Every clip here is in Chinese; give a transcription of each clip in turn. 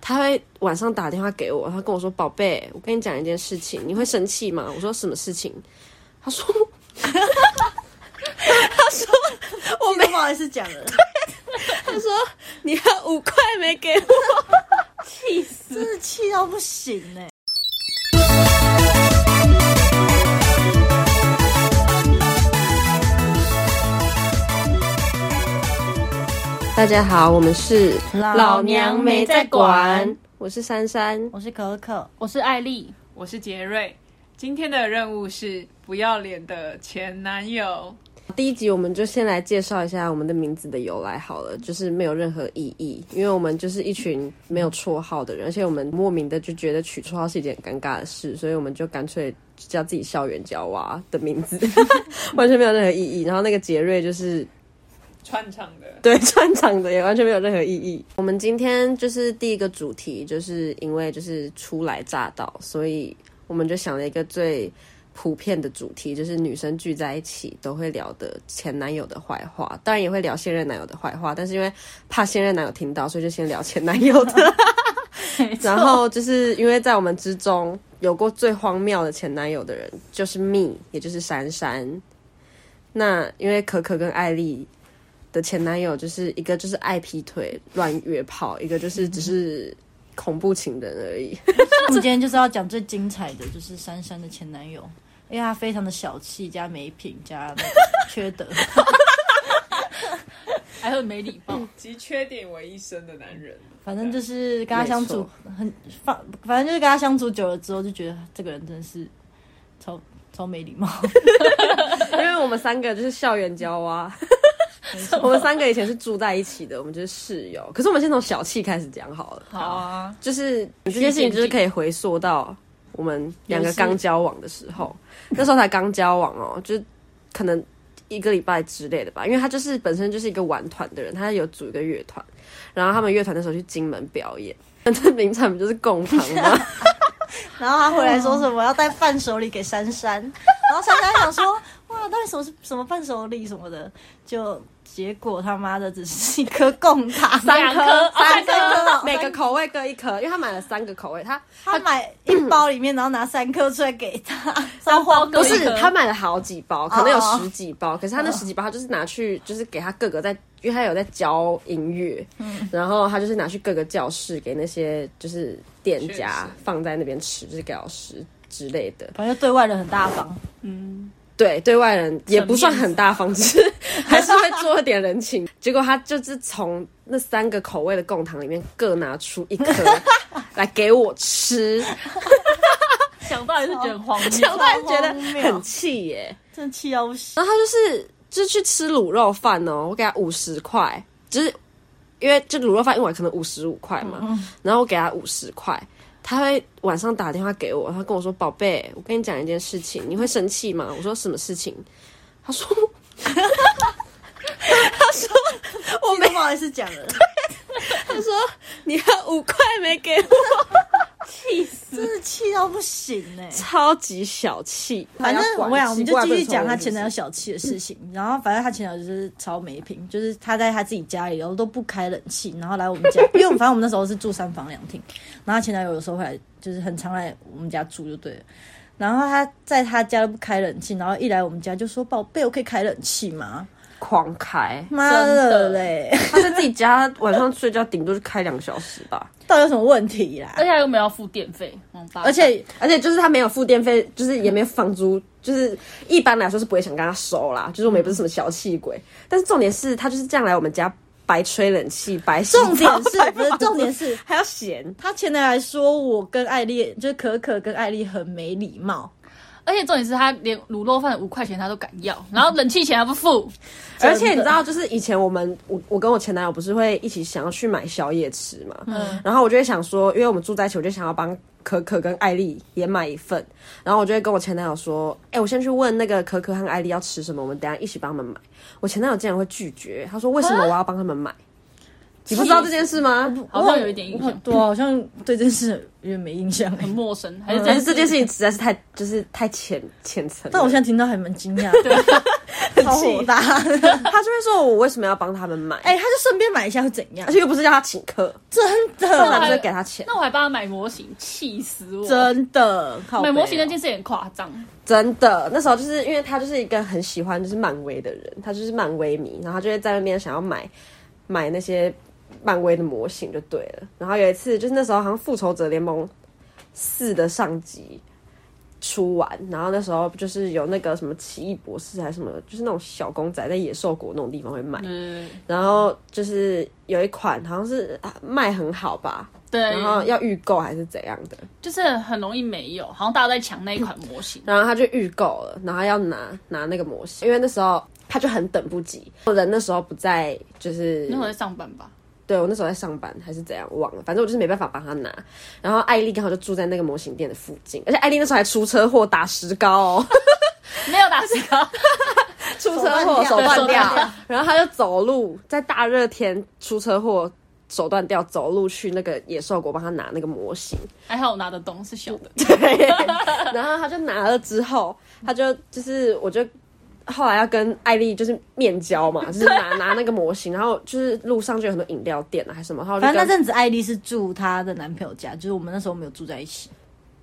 他会晚上打电话给我，他跟我说：“宝贝，我跟你讲一件事情，你会生气吗？”我说：“什么事情？”他说：“他说我 没不好意思讲了，他说你还五块没给我，气死！真是气到不行哎、大家好，我们是老娘没在管，我是珊珊。我是可可，我是艾丽，我是杰瑞。今天的任务是不要脸的前男友。第一集我们就先来介绍一下我们的名字的由来好了，就是没有任何意义，因为我们就是一群没有绰号的人，而且我们莫名的就觉得取绰号是一件很尴尬的事，所以我们就干脆叫自己校园娇娃的名字， 完全没有任何意义。然后那个杰瑞就是串场的，对， 穿场的也完全没有任何意义。我们今天就是第一个主题，就是因为就是初来乍到，所以我们就想了一个最普遍的主题，就是女生聚在一起都会聊的前男友的坏话，当然也会聊现任男友的坏话，但是因为怕现任男友听到，所以就先聊前男友 的。然后就是因为在我们之中有过最荒谬的前男友的人，就是 me，也就是珊珊。那因为可可跟艾丽的前男友，就是一个就是爱劈腿、乱约炮，一个就是只是恐怖情人而已。 我们今天就是要讲最精彩的，就是珊珊的前男友，因为他非常的小气加没品加那个缺德， 还有没礼貌，集缺点为一身的男人。 反正就是跟他相处没很放，反正就是跟他相处久了之后，就觉得这个人真的是超超没礼貌。因为我们三个就是校园交啊，我们三个以前是住在一起的，我们就是室友。可是我们先从小气开始讲好了。好啊，就是这件事情，就是可以回溯到我们两个刚交往的时候，那时候才刚交往哦，就是可能一个礼拜之类的吧，因为他就是本身就是一个玩团的人，他有组一个乐团，然后他们乐团那时候去金门表演，那名产不就是贡糖吗？然后他回来说什哦么要带伴手礼给珊珊， 然后珊珊想说哇，到底什么是什么伴手礼什么的，就结果他妈的只是一颗贡 糖，三颗，哦三颗颗，每个口味各一颗，因为他买了三个口味，他他买一包里面，然后拿三颗出来给 他，三包各不一颗是，他买了好几包，可能有哦哦十几包。可是他那十几包，他就是拿去，就是给他各个在，因为他有在教音乐，然后他就是拿去各个教室给那些就是店确家实放在那边吃，就是给老师之类的。反正对外人很大方，对，对外人也不算很大方，只是还是会做一点人情。 结果他就是从那三个口味的贡糖里面各拿出一颗来给我吃，想到也是觉得很荒我谬。突然觉得荒谬很气耶、真的气到不行。然后他就是就是去吃卤肉饭哦，我给他五十块，就是因为就卤肉饭一碗可能五十五块嗯嘛，然后我给他五十块，他会晚上打电话给我，他跟我说：“宝贝，我跟你讲一件事情，你会生气吗？”我说：“什么事情？”他说我没不好意思讲了，：“你还五块没给我，真是气到不行哎、超级小气。” 反正我讲，我们就继续讲他前男男友友。小气的事情。 然后反正他前男友就是超没品，就是他在他自己家里，然后都不开冷气，然后来我们家， 因为我们反正我们那时候是住三房两厅，然后他前男友有时候会来，就是很常来我们家住就对了。然后他在他家都不开冷气，然后一来我们家就说：“宝贝，我可以开冷气吗狂开？”，妈真的的嘞，他在自己家晚上睡觉顶多是开两小时吧， 到底有什么问题啦而？且又没有要付电费，王八蛋而且而且就是他没有付电费，就是也没有房租，就是一般来说是不会想跟他收啦。就是我们也不是什么小气鬼，但是重点是他就是这样来我们家白吹冷气，白洗澡 重点是白不是房租重点是还要嫌。他前男友还说我跟艾丽，就是可可跟艾丽很没礼貌，而且重点是他连卤肉饭的五块钱他都敢要，然后冷气钱还不付，而且你知道，就是以前我们我我跟我前男友不是会一起想要去买宵夜吃嘛，嗯然后我就会想说，因为我们住在一起，我就想要帮可可跟艾丽也买一份，然后我就会跟我前男友说，哎、我先去问那个可可和艾丽要吃什么，我们等一下一起帮他们买。我前男友竟然会拒绝，他说为什么我要帮他们买？你不知道这件事吗？好像有一点印象我对啊，好像对这件事有点没印象哎很。陌生，还是但真嗯是这件事情实在是太就是太浅浅层了。但我现在听到还蛮惊讶，对， 超火大。他就会说我为什么要帮他们买？哎，他就顺便买一下会怎样而？且又不是叫他请客，真这男的，的就给他钱，那我还帮他买模型，气死我！真的，靠北哦买模型那件事也很夸张，真的。那时候就是因为他就是一个很喜欢就是漫威的人，他就是漫威迷，然后他就会在那边想要买买那些漫威的模型就对了。然后有一次就是那时候好像复仇者联盟四的上集。出完，然后那时候就是有那个什么奇异博士还是什么，就是那种小公仔在野兽国那种地方会卖，对然后就是有一款好像是啊卖很好吧，然后对，要预购还是怎样的，就是很容易没有，好像大家都在抢那一款模型。然后他就预购了，然后要拿拿那个模型，因为那时候他就很等不及，我人那时候不在，就是那会儿在上班吧？对我那时候在上班还是怎样忘了，反正我就是没办法帮他拿。然后艾丽刚好就住在那个模型店的附近，而且艾丽那时候还出车祸打石膏哦， 没有打啊石膏，出车祸手手断断掉掉手断掉，然后他就走路在大热天出车祸手断掉，走路去那个野兽国帮他拿那个模型。还好我拿得动，是小的。对， 然后他就拿了之后，他就就是我就后来要跟艾丽就是面交 嘛，就是拿拿那个模型，然后就是路上就有很多饮料店啊，还是什么，然后我反就正那跟阵子艾丽是住她的男朋友家，就是我们那时候没有住在一起。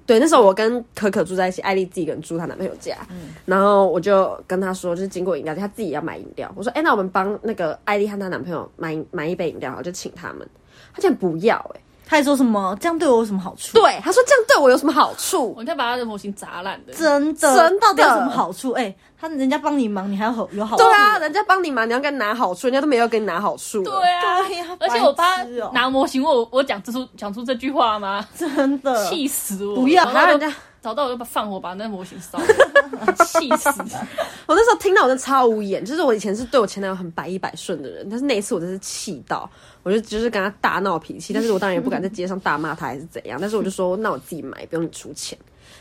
对那时候我跟可可住在一起，艾丽自己一个人住她男朋友家，然后我就跟她说，就是经过饮料店，她自己要买饮料，我说，哎、那我们帮那个艾丽和她男朋友买买一杯饮料，我就请他们，她竟然不要、哎，她还说什么这样对我啊有什么好处？对，她说这样对我有什么好处？我应该把他的模型砸烂的。真的，真的到底有什么好处？哎、他人家帮你忙，你还要好有好处？对啊，人家帮你忙，你要跟他拿好处，人家都没有给你拿好处。对啊，对呀而且我爸白痴哦拿模型，我我讲这出讲出这句话吗？真的，气死我！不要找到还有我人家找到我就把放火把那模型烧了， 气死！我那时候听到我真的超无言，就是我以前是对我前男友很百依百顺的人，但是那一次我真是气到，我就就是跟他大闹脾气，但是我当然也不敢在街上大骂他还是怎样，但是我就说那我自己买，不用你出钱。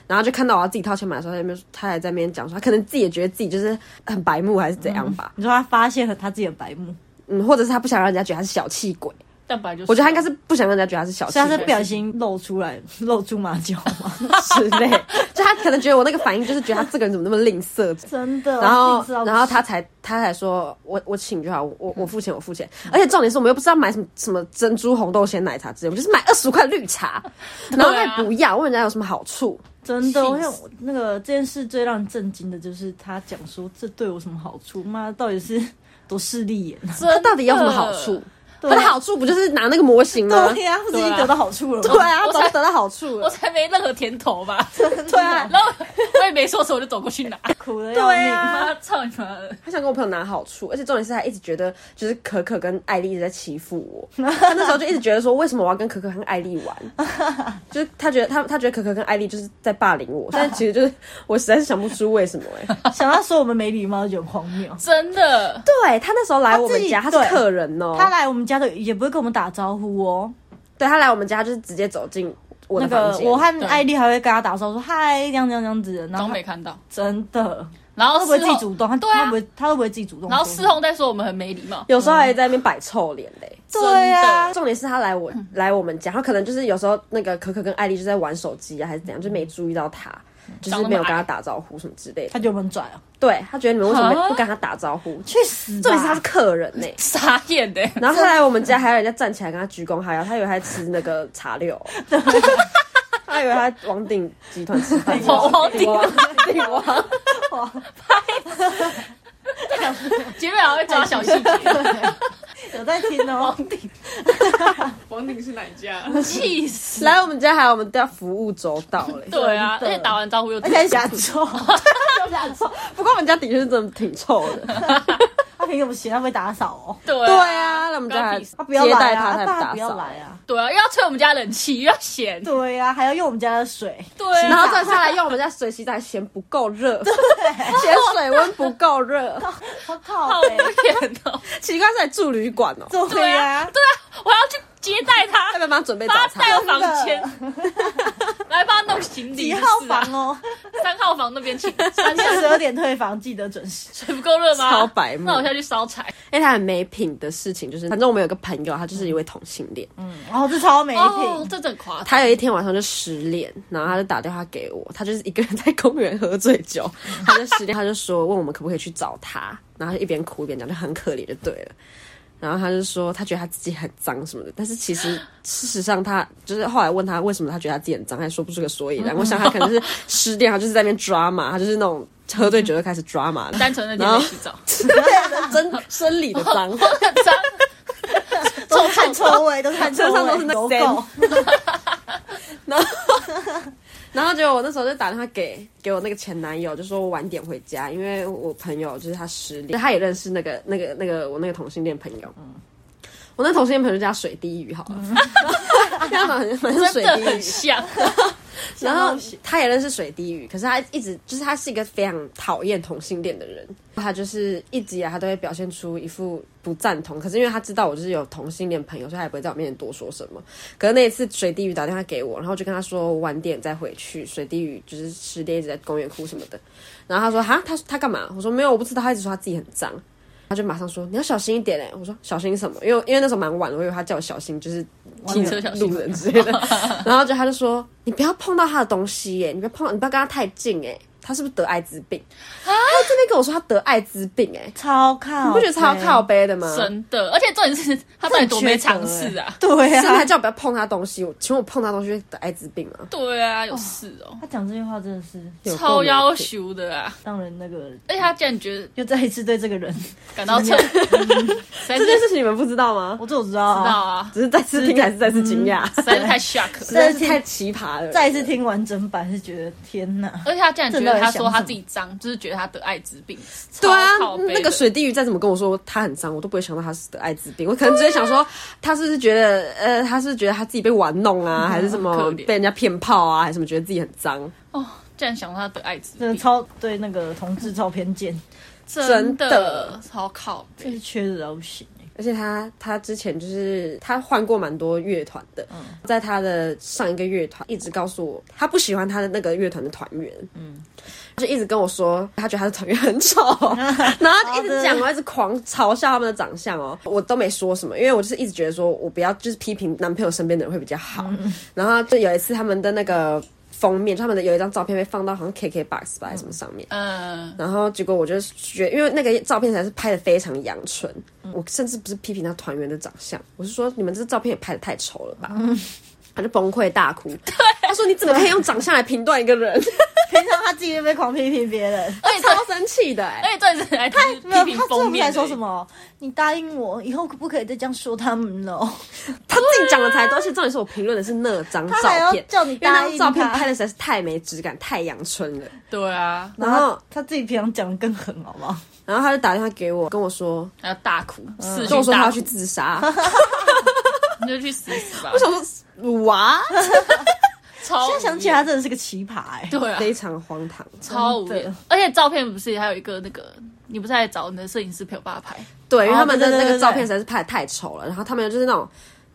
然后就看到我要自己掏钱买的时候，他在那边他还在那边讲说，他可能自己也觉得自己就是很白目还是怎样吧，你说他发现了他自己的白目，嗯，或者是他不想让人家觉得他是小气鬼，但本来就是，我觉得他应该是不想让人家觉得他是小气所以他鬼 是不小心露出来，露出马脚吗？ 之类，就他可能觉得我那个反应就是觉得他这个人怎么那么吝啬，真的，然后哦我自己知道，然后他才他才说，我我请就好，我嗯我付钱，我付钱。而且重点是我们又不知道买什么什么珍珠红豆鲜奶茶之类，我们就是买二十块绿茶，啊然后他也不要，问人家有什么好处。真的，气死我想我那个这件事最让人震惊的就是他讲说这对我有什么好处？妈，到底是 多势利眼啊？他到底有什么好处？啊他的好处不就是拿那个模型吗？ 对呀、啊他不是已经得到好处了吗？ 对啊，他我早就得到好处我了。才没任何甜 头吧？对啊，然后我也没说什么，我就走过去拿。苦的要对命。啊妈，操你妈的！他想跟我朋友拿好处，而且重点是他一直觉得就是可可跟艾丽一直在欺负我。他那时候就一直觉得说，为什么我要跟可可和艾丽玩？ 就是他觉得他他觉得可可跟艾丽就是在霸凌我，但其实就是我实在是想不出为什么哎、想要说我们没礼貌，就很荒谬。真的，对他那时候来我哦自们己家，他是对客人哦、他来我们家的也不会跟我们打招呼哦。对他来我们家就是直接走进我的那房个间。我和艾丽还会跟他打招呼说嗨，这样这样这样子的。然都后没他看到。真的，然后他不会事自后己主动，他对啊他不会，他都不会自己主动说。然后事后再说我们很没礼貌。有时候嗯还在那边摆臭脸嘞、对啊真，重点是他来我嗯来我们家，他可能就是有时候那个可可跟艾丽就在玩手机啊，还是怎样，就没注意到他，嗯就是没有跟他打招呼什么之类的。他就很拽哦，对他觉得你们为什么啊不跟他打招呼？重去死吧！点是他是客人 呢、傻眼的、然后他来我们家，还有人家站起来跟他鞠躬哈腰，他以为他在吃那个茶 六，他以为他王鼎集团吃 饭，王王鼎王鼎王。前面还会抓小细节，有在听哦，王鼎是哪一家？气 死！来我们家还有我们都要服务周到嘞。对啊，而真的且打完招呼又而且很喜欢臭，不过我们家的确是真的挺臭的。他平时不行，他不会打扫哦，对对啊，来我们家还刚提他不要接来待啊，他，他还大打不要扫。来啊，对啊，又要吹我们家冷气，又要嫌， 对呀，还要用我们家的水，对然啊，后再下来用我们家水洗澡，嫌不够热， 嫌水温不够 热。我靠好，无啊脸哦！奇怪是来住旅馆哦，对啊呀，啊对啊，我还要去接待他要，不要帮他准备把早他餐带？到房间，然 来帮他弄行李。几号就是啊房？哦？ 三号房那边请。三啊 十二点退房，记得准时。水不够热吗？超白目那我下去 烧柴。哎，他很没品的事情就是，反正我们有个朋友，他就是一位同性恋，然后这超没哦，品，这真的夸张。他有一天晚上就失恋，然后他就打电话给我，他就是一个人在公园喝醉酒，他就失恋，他就说问我们可不可以去找他，然后他就一边哭一边讲，就很可怜就对了。然后他就说他觉得他自己很脏什么的，但是其实 事实上他就是后来问他为什么他觉得他自己很脏，他也说不出个所以然。我想他可能是失恋，他就是在那边抓嘛，他就是那种喝醉酒就开始抓嘛，单纯的姐妹洗澡，真生理的脏。脏都是汗臭味，都是汗臭味，车上都是那油个垢。然后结果我那时候就打电话给给我那个前男友，就说我晚点回家，因为我朋友就是他失恋，他也认识那个那个那个我那个同性恋朋友。我那同性恋朋友叫水滴鱼好了， 他蛮蛮像水真的滴很鱼，像。然后他也认识水滴鱼，可是他一直就是他是一个非常讨厌同性恋的人，他就是一直以来他都会表现出一副不赞同，可是因为他知道我就是有同性恋朋友，所以他也不会在我面前多说什么。可是那一次水滴鱼打电话给我，然后我就跟他说我晚点再回去，水滴鱼就是失恋一直在公园哭什么的，然后他说哈他他干嘛？我说没有我不知道，他一直说他自己很脏。他就马上说：“你要小心一点哎、我说：“小心什么？因为因为那时候蛮晚的，我以为他叫我小心，就是骑 车小心路人之类 的。然后就他就说，你不要碰到他的东西耶，你不要碰，你不要跟他太近哎，他是不是得艾滋病？啊他这边跟我说他得艾滋病哎，超靠，你不觉得超靠？背的吗？真的，而且重点是他到底多没尝试啊？欸对是还啊，叫我不要碰他东西，我请问我碰他东西会得艾滋病吗？对啊，有事哦，他讲这句话真的是有够超要没品求的啊！让人那个，而且他竟然觉得又再一次对这个 人，感到嗯彻， 这这件事情你们不知道吗？我这我知道啊，知道 啊，只是再次听还是再次惊讶， 实在是太 shock 实了。在是太奇葩了。再一次听完整版是觉得天哪，而且他竟然觉得他这到底想什说么他自己脏，就是觉得他得艾滋病，对啊超靠，背的那个水滴鱼再怎么跟我说他很脏，我都不会想到他是得艾滋病。我可能直接想说，他是不是觉得呃，他是不是觉得他自己被玩弄啊，还是什嗯可么怜被人家骗炮啊，还是什么觉得自己很脏？哦，竟然想到他得艾滋真的病，超对那个同志超偏见，真真的超靠这背。是缺德到不行欸而且他他之前就是他换过蛮多乐团的，在他的上一个乐团一直告诉我他不喜欢他的那个乐团的团员，嗯，就一直跟我说他觉得他的团员很丑，然后一直讲，我一直狂嘲笑他们的长相哦，我都没说什么，因为我就是一直觉得说我不要就是批评男朋友身边的人会比较好，然后就有一次他们的那个封面，就他们的有一张照片被放到好像 KKBOX 吧还是什么上面，嗯，然后结果我就觉，因为那个照片才是拍的非常阳春，我甚至不是批评他团员的长相，我是说你们这照片也拍的太丑了 吧。他就崩溃大哭，他说：“你怎么可以用长相来评断一个人平常他自己就被狂批评别人。？”而且他超生气的、欸，而且重点是还批没有，批他评最后封面还面，说什？么？你答应我，以后可不可以再这样说他们了？他自己讲的才多，而且重点是我评论的是那张啊他还照要片，叫你因为那答张应照片他拍的实在是太没质感，太阳春了。对啊，然后，他自己平常讲的更狠，好不好？然后他就打电话给我，跟我说，还要大哭，四跟句我说他大要哭去，自 杀。你就去死死吧我！想说， 哇，超现在想起来，他真的是个奇葩哎、对啊，非常荒唐。超无真聊的。而且照片不是还有一个那个，你不是还找你的摄影师陪我爸拍？对，因为哦他们的对对那对个对照片实在是拍的太丑了，然后他们就是那种。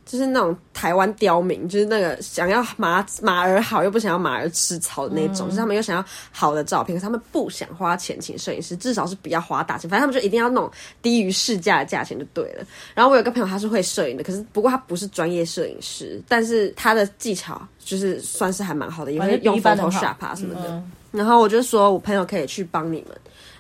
就是那种台湾刁民，就是那个想要马马儿好又不想要马儿吃草的那嗯种，就是他们又想要好的照片，可是他们不想花钱请摄影师，至少是不要花大钱，反正他们就一定要那种低于市价的价钱就对了。然后我有个朋友他是会摄影的，可是不过他不是专业摄影师，但是他的技巧就是算是还蛮好的，也反正会比用一般人好 Photoshop 啊什么的。嗯然后我就说我朋友可以去帮你们，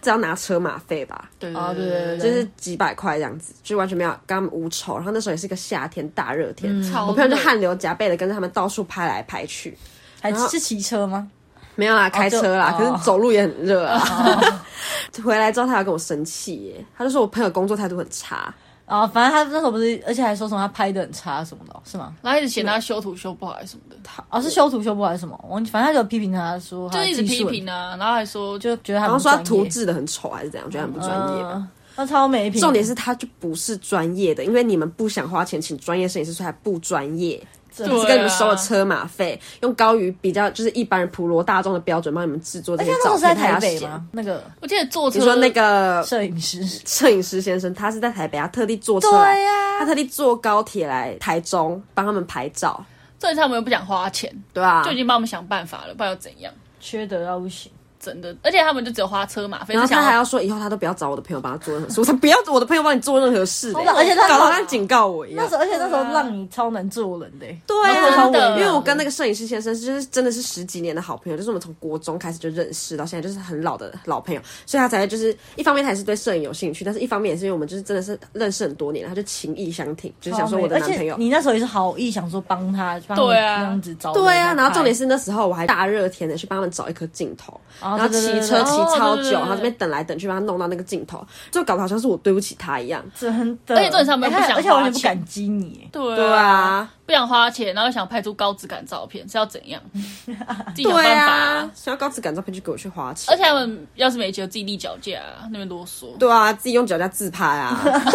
只要拿车马费吧。啊对哦对对对对就是几百块这样子，就完全没有跟他们无仇。然后那时候也是一个夏天，大热天，嗯超我朋友就汗流浃背的跟着他们到处拍来拍去。还哎是骑车吗？没有啦，开车啦，哦就哦可是走路也很热啊。 回来之后，他还跟我生气耶，他就说我朋友工作态度很差。啊，反正他那时候不是，而且还说什么他拍的很差什么的，是吗？然后一直嫌他修图修不好还是什么的，他哦，是修图修不好还是什么？我反正他就批评他说他就一直技术批很评啊，然后还说就就觉得他然后不说他专图业，制的很丑还是怎样，觉得很不专业吧。嗯，那超没品。重点是他就不是专业的，因为你们不想花钱请专业摄影师，所以还不专业。对啊啊只跟你们收了车马费，用高于比较就是一般人普罗大众的标准帮你们制作这些他那时照候片。是在他台要北嫌吗？那个我记得坐车，你说那个摄影师，摄影师先生，他是在台北，他特地坐车对来，呀他特地坐高铁来台中帮他们拍照。对他们又不想花钱，对啊就，已经帮我们想办法了，不然又怎样？缺德到不行。真的，而且他们就只有花车马费，然后是他想还要说以后他都不要找我的朋友帮他做任何事，我才不要我的朋友帮你做任何事、欸，而且他搞到他警告我一样那时。候，而且那啊时候让你超难做人的、欸对真啊，的因为我跟那个摄影师先生就是真的是十几年的好朋友，就是我们从国中开始就认识，到现在就是很老的老朋友，所以他才就是一方面他也是对摄影有兴趣，但是一方面也是因为我们就是真的是认识很多年，他就情意相挺，就是想说我的男朋而友且。你那时候也是好意，想说帮他，帮对啊那样子找人来对啊，然后重点拍，是那时候我还大热天的去帮他们找一颗镜头，然然后骑车骑超哦对对久，对对然后这边等来等去帮他弄到那个镜头，就搞得好像是我对不起他一样。真的，而且重点是他们哎不想而且完全花不钱感激你，对对啊，不想花钱，然后想拍出高质感照片是要怎样？自己对想办法、啊，想要高质感照片就给我去花钱而，且他们要是没觉得自己立脚架、啊，那边啰嗦，对啊，自己用脚架自拍啊。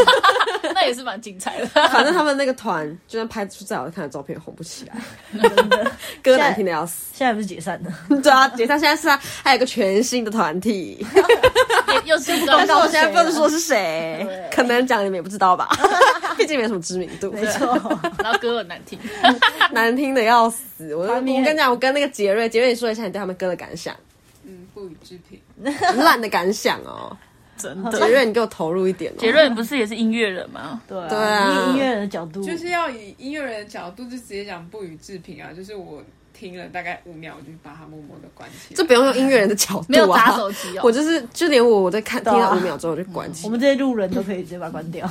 那也是蛮精彩的。 反正他们那个团就算拍出再好看的照片，也红不起来， 歌难听的要死。现在不是解散了，对啊，解散现在是啊，还有一个全新的团体，也又是一种 但是告我现诉在谁不能了说是谁，可能讲你们也不知道 吧，毕竟没什么知名度。没错。然后歌很难听，难听的要死。我我团体很跟你讲，我跟那个杰瑞，杰瑞，你说一下你对他们歌的感想，嗯，不予置评。烂的感想 哦。真杰 的。瑞，你给我投入一点哦。杰，瑞不是也是音乐人吗？对啊，对啊以音乐人的角度，就是要以音乐人的角度，就直接讲不予置评啊！就是我听了大概五秒，我就把它默默的关起来。这不用用音乐人的角度、啊，没有砸手机哦我就是，就连我我在看，对啊听到五秒钟我就关机我。们这些路人都可以直接把它关掉。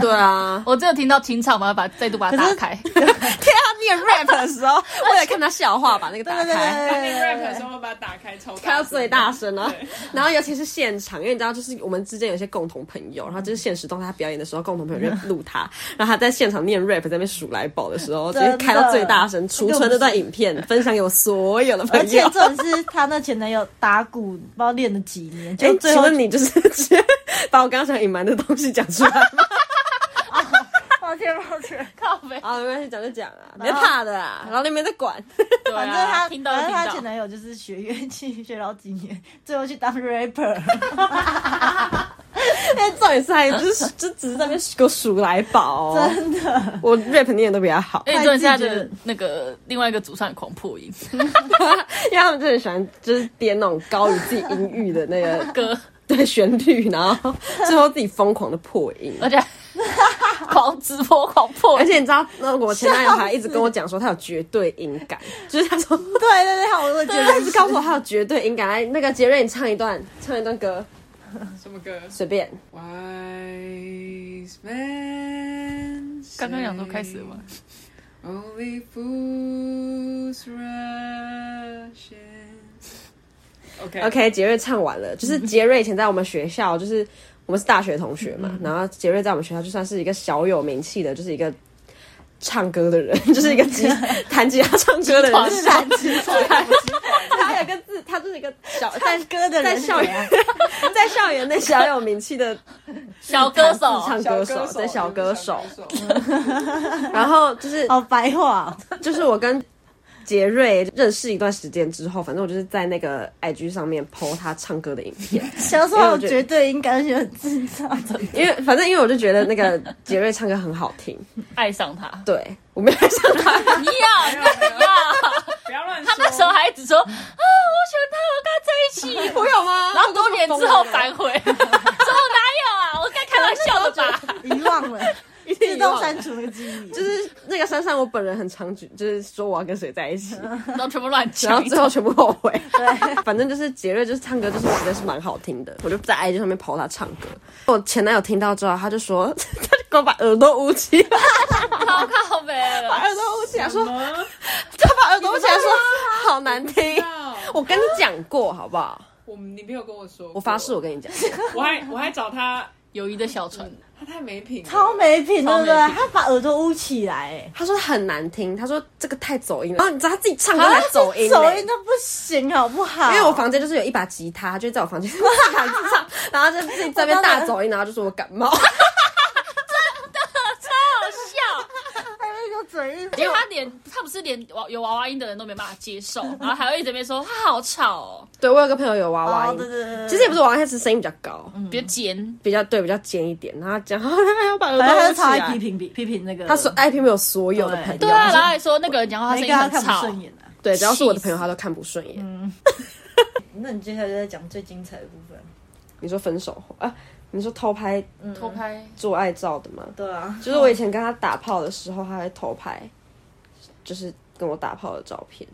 对 啊，我只有听到清唱，我要把再度把它打开。听到念啊 rap 的 时候，我也看他笑话，把那个打开。当你 rap 的时候，我把它打开抽，开到最大声啊对！ 然后尤其是现场，因为你知道，就是我们之间有一些共同朋友，然后就是现实动态他表演的时候，共同朋友就录他，然后他在现场念 rap 在那边数来宝的时候，直真的接开到最大声，储存那段影片，分享给我所有的朋而且友。重点是她那前男友打鼓，不知道练了几年，哎就，最请后问你就是 直接把我刚刚想隐瞒的东西讲出来 吗？抱歉抱歉，靠背，啊，没关系，讲就讲啊，别怕的啦，然后那边在管。 对啊反正她听到反就正她前听到。男友就是学乐器学了几年，最后去当 rapper，但重点是还就是 就只是在那边给我数来宝、真的。我 rap 念的都比较好，而且重点是他的那个另外一个主唱很狂破音， 因为他们就很喜欢就是编那种高于自己音域的那个歌，对旋律，然后最后自己疯狂的破音。而且 狂直播狂破而音，且你知道，那我前男友还一直跟我讲说他有绝对音感，就是 他说对对对，好，我觉他一得直告诉我他有绝对音感。来，那个杰瑞，你唱一段，唱一段歌，什么歌随便。 ？Wise man，刚刚两周开始玩。 Only fools rush in. OK OK，杰瑞唱完了，就是杰瑞以前在我们学校，就是我们是大学同学嘛，然后杰瑞在我们学校就算是一个小有名气的，就是一个唱歌的人， 就是一个吉弹吉他唱歌的人，团就是战他有个字，他就是一个小在歌的人在校园 在校园内小有名气的小歌手自唱歌手，对小歌手。就是小歌手然后就是好白话哦，就是我跟杰瑞认识一段时间之后，反正我就是在那个 IG 上面 PO 他唱歌的影片。 小时哎候我绝对应该是很智障的，因为反正因为我就觉得那个杰瑞唱歌很好听，爱上他。对我没有想他，你呀，你呀， 不要乱说。他那时候还一直说啊，我喜欢他，我跟他在一起。我 有吗？ 然后多年之后反悔， 说我哪有啊？我该开玩笑的吧？遗忘 了，自忘动了删除那个记忆，就就是那个珊珊，我本人很常举，就是说我要跟谁在一起， 然后全部乱然讲后。最后全部后悔。 对，反正就是杰瑞就是唱歌就是实在是蛮好听的，我就在 IG 上面 PO 他唱歌。我前男友听到之后，他就说， 他就给我把耳朵捂起来，超靠北把了。耳朵捂起来，说什么他把耳朵捂起来说好难听。到我跟你讲过好不好？我你没有跟我说，我我发誓，我跟你讲，我还我还找他，友谊的小船，他太没品了，超没品，对超不没对？品他把耳朵捂起来，哎他说很难听，他说这个太走音了。然哦后你知道他自己唱歌还走音嘞、啊走音都啊不行，好不好？因为我房间就是有一把吉他，就在我房间 自弹自唱，然后就自己这边大走音，然后就说我感冒，好笑。还有一个嘴硬，因为他连他不是连娃有娃娃音的人都没办法接受，然后还会一直边说他好吵哦，对我有个朋友有娃娃哦，音对，对对，其实也不是娃娃音，他只是声音比较高，比较尖，比较对比较尖一点。然后他 讲，他要把耳朵反正他捂就起超爱批来。评批批评那个，他说爱批评我所有的朋友，对啊，然后还说那个人讲话每声个音他很看不吵，顺眼啊。对，只要是我的朋友，他都看不顺眼。那你接下来就在讲最精彩的部分，你说分手后啊？你说偷拍偷拍做爱照的吗？对啊，就是我以前跟他打炮的时候，他会偷拍，就是跟我打炮的照片。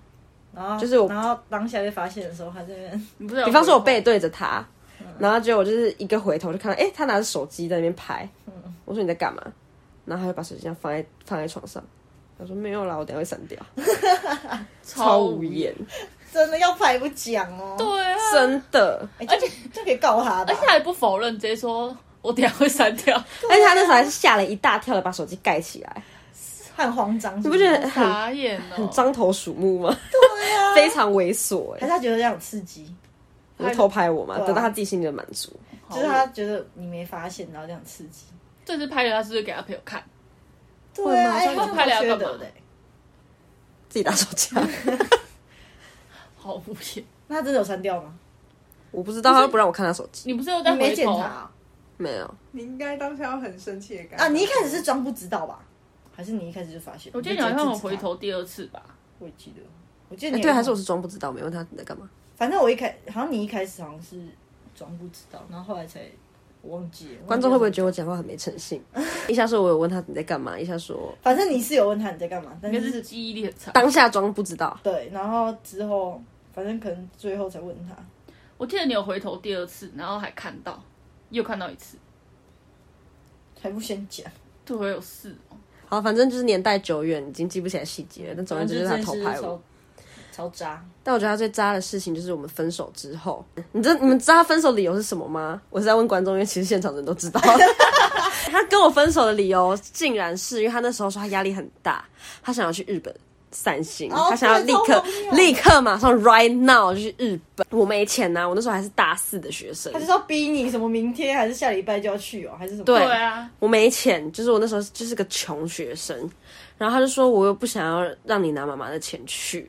然后就是我然后当下被发现的时候，他这边你不是有比方说，我背对着他，然后结果我就是一个回头就看到，哎、他拿着手机在那边拍。我说你在干嘛？然后他就把手机这样放在放在床上。我说没有啦，我等一下会删掉，超无言，真的要拍不讲哦，对啊，真的。而且就可以告他吧而且，还不否认，直接说我等一下会删掉，而且他那时候还是吓了一大跳的把手机盖起来，很慌张，你你不觉得很傻眼哦，很獐头鼠目 吗？对啊，非常猥琐哎、还是他觉得这样很刺激，你会偷拍我嘛？对啊得到他自己心里的满足。好，就是他觉得你没发现，然后这样很刺激，这次拍的，他是不是给他朋友看？对啊，吗哎，他拍了要缺干嘛德的欸，自己打手啊枪，啊好无言，那他真的有删掉吗？我不知道，他都不让我看他手机，你不是又你在没回检头查？啊没有。你应该当下要很生气的感觉啊？你一开始是装不知道吧？还是你一开始就发现？我记得就你好直接像有制止回他，头第二次吧，我也记得，啊我记得哎你对，有还是我是装不知道，没问他你在干嘛。反正我一开，好像你一开始好像是装不知道，然后后来才我忘记了。观众会不会忘记觉得我讲话很没诚信？一下说我有问他你在干嘛，一下说了？反正你是有问他你在干嘛，但应该是是记忆力很差。当下装不知道。对，然后之后反正可能最后才问他，我记得你有回头第二次，然后还看到，又看到一次，还不先讲。对我有事哦。好，反正就是年代久远，已经记不起来细节了。但总而言之，就是他反正偷这件拍事我。超超渣，但我觉得他最渣的事情就是我们分手之后，你知你们知道他分手理由是什么吗？我是在问观众，因为其实现场的人都知道。 他跟我分手的理由竟然是因为他那时候说他压力很大，他想要去日本散心，哦他想要立对超刻荒谬立刻马上 right now 就去日本。我没钱呐、我那时候还是大四的学生他，就是要逼你什么明天还是下礼拜就要去哦，还是什么？对啊，我没钱，就是我那时候就是个穷学生，然后他就说我又不想要让你拿妈妈的钱去，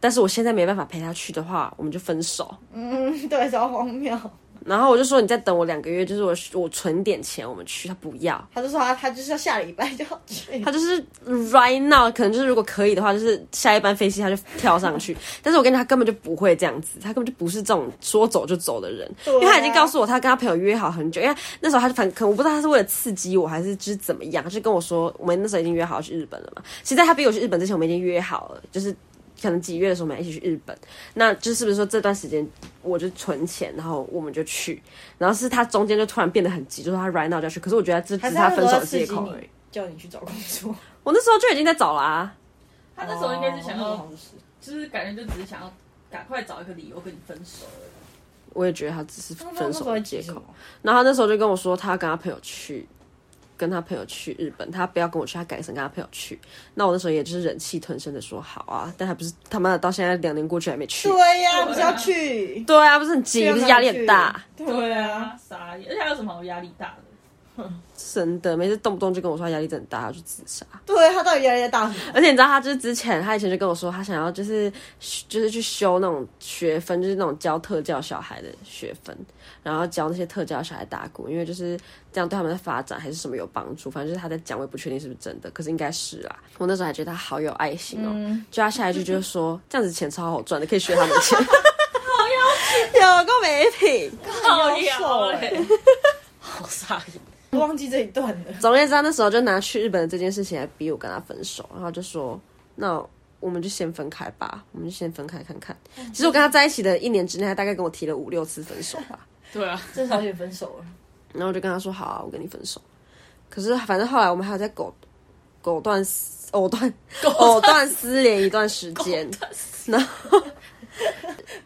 但是我现在没办法陪他去的话，我们就分手。嗯， 对，超荒谬。然后我就说你再等我两个月，就是我我存点钱我们去，他不要，他就说他他就是要下礼拜就要 去，他就是 right now 可能就是如果可以的话，就是下一班飞机他就跳上去，但是我跟你讲他根本就不会这样子，他根本就不是这种说走就走的人，对啊因为他已经告诉我他跟他朋友约好很久，因为那时候他就反可能我不知道他是为了刺激我还是就是怎么样，他就跟我说我们那时候已经约好要去日本了嘛，其实在他逼我去日本之前我们已经约好了，就是。可能几月的时候我们要一起去日本，那就是不是说这段时间我就存钱，然后我们就去，然后是他中间就突然变得很急，就是他 right now 就要去，可是我觉得这只还是是他那时分候手要的刺借激口而已你，。叫你去找工 作。我那时候就已经在找啦、他那时候应该是想哦要好，像是就是感觉就只是想要赶快找一个理由跟你分手而已。我也觉得他只是分手的借口。那时候在急什么然后他那时候就跟我说，他要跟他朋友去，跟他朋友去日本，他不要跟我去，他改成跟他朋友去。那我那时候也就是忍气吞声的说好啊，但还不是他妈的到现在两年过去还没去。对啊呀、不是要去？对啊，不是很急，不是压力很大，对啊，，傻眼，而且还有什么好压力大的？真的，每次动不动就跟我说他压力真的很大，他要去自杀。对他到底压力在大什么？而且你知道，他就是之前，他以前就跟我说，他想要就是就是去修那种学分，就是那种教特教小孩的学分，然后教那些特教小孩打鼓，因为就是这样对他们的发展还是什么有帮助。反正就是他在讲，我也不确定是不是真的，可是应该是啦、我那时候还觉得他好有爱心哦、嗯就他下一句就是说，这样子钱超好赚的，可以学他们的钱。 有够没品！好妖兽欸好傻眼。我 忘记这一段了。总而言之，他那时候就拿去日本的这件事情来逼我跟他分手，然后就说：“那我们就先分开吧，我们就先分开看看。”其实我跟他在一起的一年之内，他大概跟我提了五六次分手吧。对啊，这少点分手了，然后我就跟他说：“好啊，我跟你分手。”可是反正后来我们还有在藕藕断丝 藕断藕断丝连一段时间，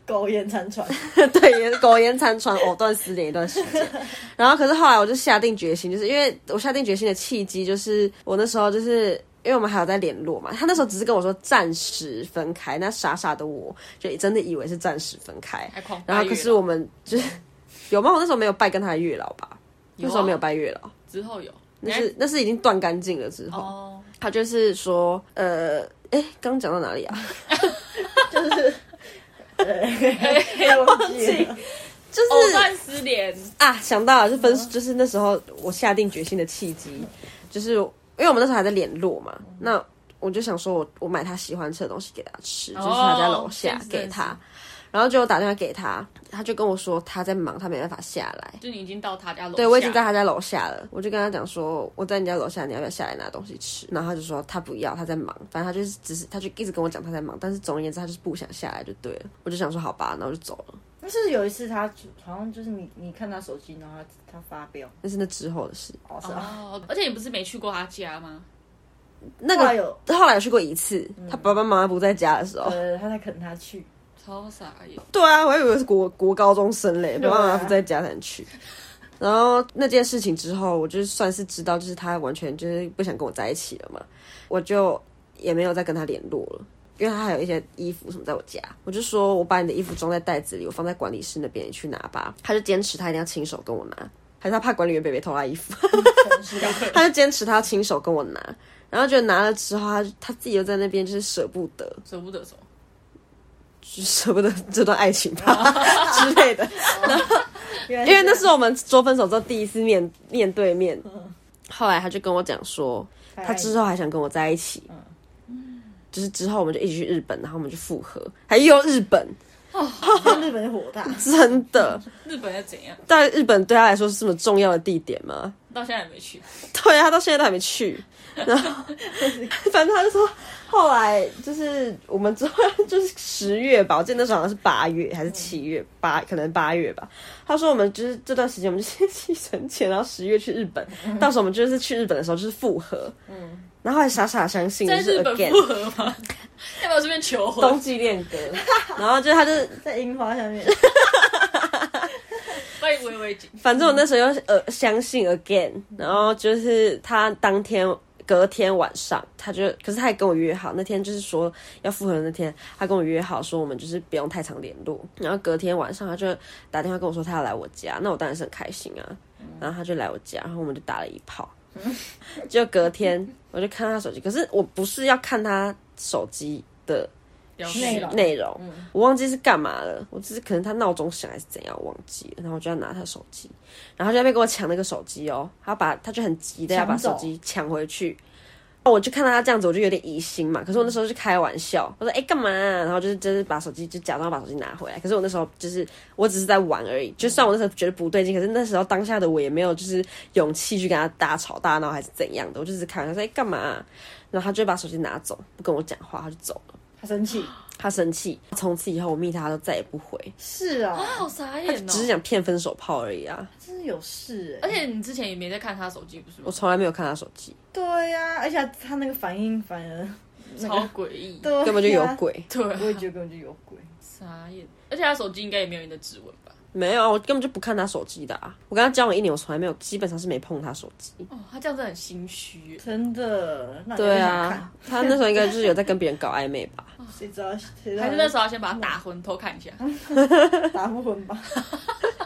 苟延残 喘。 对，也苟延残喘，藕断丝连一段时 间。然后，可是后来我就下定决心，就是因为我下定决心的契机，就是我那时候就是因为我们还有在联络嘛，他那时候只是跟我说暂时分开，那傻傻的我就真的以为是暂时分开，还狂拜哦然后可是我们就是有吗？我那时候没有拜跟他的月老吧，啊那时候没有拜月老，之后有，那是那是已经断干净了之后，哦，他就是说，呃，哎，刚讲到哪里啊？ 忘记了就是藕断丝连，啊，想到了，是分，就是那时候我下定决心的契机，就是因为我们那时候还在联络嘛，那我就想说我我买他喜欢吃的东西给他吃，就是他在楼下真哦是给他，然后就打电话给他，他就跟我说他在忙，他没办法下来。就你已经到他家楼下，对，我已经在他家楼下了，我就跟他讲说，我在你家楼下，你要不要下来拿东西吃？然后他就说他不要，他在忙，反正他就是只是他就一直跟我讲他在忙，但是总而言之他就是不想下来就对了。我就想说好吧，然后我就走了。但是有一次他好像就是你你看他手机，然后他他发飙，那是那之后的事。哦是啊，哦，而且你不是没去过他家吗？那后来个有嗯后来有去过一次，他爸爸妈妈不在家的时候。呃他在啃他去，超傻眼，对啊，我还以为是国国高中生嘞，爸啊爸妈妈不在家才能去。然后那件事情之后，我就算是知道，就是他完全就是不想跟我在一起了嘛，我就也没有再跟他联络了，因为他还有一些衣服什么在我家，我就说我把你的衣服装在袋子里，我放在管理室那边，你去拿吧。他就坚持他一定要亲手跟我拿，还是他怕管理员北北偷他衣服，他就坚持他要亲手跟我拿。然后就拿了之后，他就他自己又在那边就是舍不得，舍不得走。就是舍不得这段爱情吧之类的。因因为那是我们说分手之后第一次面面对面。后来他就跟我讲说，哎他之后还想跟我在一起，就是之后我们就一起去日本，然后我们就复合，还又日本，在日本就火大，真的，日本要怎样？但日本对他来说是这么重要的地点吗？到现在也没去。对啊，他到现在都还没去。然 后，反正他就说，后来就是我们之后就是十月吧，我记得那时候好像是八月还是七月，八可能八月吧。他说我们就是这段时间，我们就先去存钱，然后十月去日本，嗯到时候我们就是去日本的时候就是复合。嗯，然后还傻傻相信就在是日本 again 复合吗？要不要这边求冬婚？季恋歌，然后就是他就是在樱花 下面，把你围围紧。反正我那时候又呃相信 again，然后就是他当天隔天晚上，他就可是他也跟我约好，那天就是说要复合的那天，他跟我约好说我们就是不用太常联络，然后隔天晚上他就打电话跟我说他要来我家，那我当然是很开心啊，然后他就来我家，然后我们就打了一炮，就隔天我就看他手机，可是我不是要看他手机的聊内容内容，我忘记是干嘛了，我只是可能他闹钟响还是怎样，我忘记了，然后我就要拿他手机，然后他就在那边跟我抢那个手机哦，他把他就很急的要把抢走手机抢回去，哦我就看到他这样子，我就有点疑心嘛，可是我那时候是开玩笑，我说哎干、嘛啊、然后就是就是把手机就假装把手机拿回来，可是我那时候就是我只是在玩而已，就算我那时候觉得不对劲，可是那时候当下的我也没有就是勇气去跟他大吵大闹还是怎样的，我就只是开玩笑说哎干、嘛啊、然后他就把手机拿走，不跟我讲话，他就走了。他生气，他生气，从此以后我密他，他都再也不回， 是啊，好傻眼哦！只是想骗分手炮而已啊！ 真是有事而哎，且你之前也没在看他手机，不是我吗？从来没有看他手机，对呀，而且他那个反应反而超诡 异，对啊根本就有，鬼。对啊我也觉得根本就有鬼，傻眼。而且他手机应该也没有你的指纹吧？没有啊，我根本就不看他手机的啊！我跟他交往一年，我从来没有，基本上是没碰他手机。哦，他这样子很心虚耶。真的，哦那你对为什么啊看，，他那时候应该就是有在跟别人搞暧昧吧？谁知道谁知道还是那时候要先把他打昏，偷看一下。打不昏吧？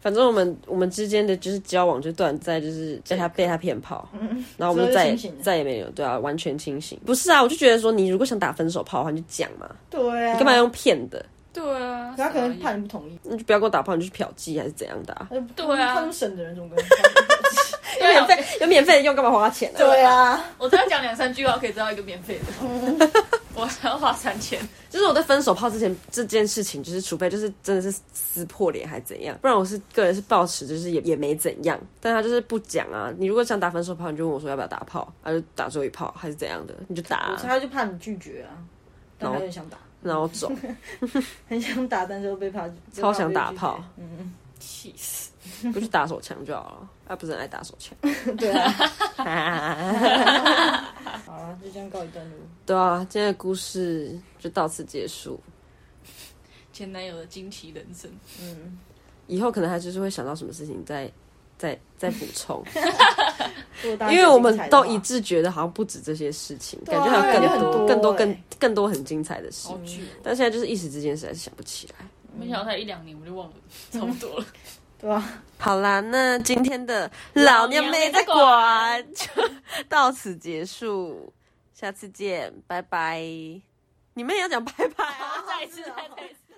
反正我们我们之间的就是交往就断在就是被他被他骗炮，然后我们就所再以就也清醒了再也没有对啊，完全清醒。不是啊，我就觉得说你如果想打分手炮的话，你就讲嘛，对啊，干嘛？啊用骗的？对啊，可他可能傻怕眼你不同意，那就不要跟我打炮，你就去嫖妓还是怎样的啊？呃对啊他们省的人怎么跟他们 在一起？有免费有免费的用，干嘛花钱啊？啊对啊，我只要讲两三句话可以得到一个免费的， 我还要花三千。就是我在分手炮之前这件事情，就是除非就是真的是撕破脸还怎样，不然我是个人是抱持就是也也没怎样，但他就是不讲啊。你如果想打分手炮，你就问我说要不要打炮，他就打最后一炮还是怎样的，你就打、我啊， 他就怕你拒绝啊，但他然后很想打，然后走。很想打，但是又被怕，超想打炮被拒绝，嗯，气死！不去打手枪就好了，他不是很爱打手枪。对啊，嗯好了，就这样告一段落。 对啊，今天的故事就到此结束。前男友的惊奇人生，嗯，以后可能还就是会想到什么事情再再再补充，因因为我们都一致觉得好像不止这些事情，对感啊觉还有感更觉很多、多更多、欸更更多很精彩的事好。久、哦但现在就是一时之间实在是想不起来。没想到才一两年我就忘了，差不多了。对啊，好啦，那今天的老娘没在管就到此结束，哦下次见，拜拜。你们也要讲拜拜啊！再一次，再一次。